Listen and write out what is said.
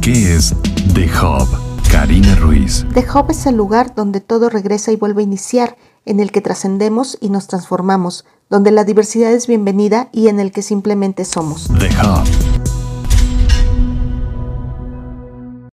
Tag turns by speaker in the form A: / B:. A: ¿Qué es The Hub? Karina Ruiz.
B: The Hub es pues el lugar donde todo regresa y vuelve a iniciar, en el que trascendemos y nos transformamos, donde la diversidad es bienvenida y en el que simplemente somos.
A: The Hub.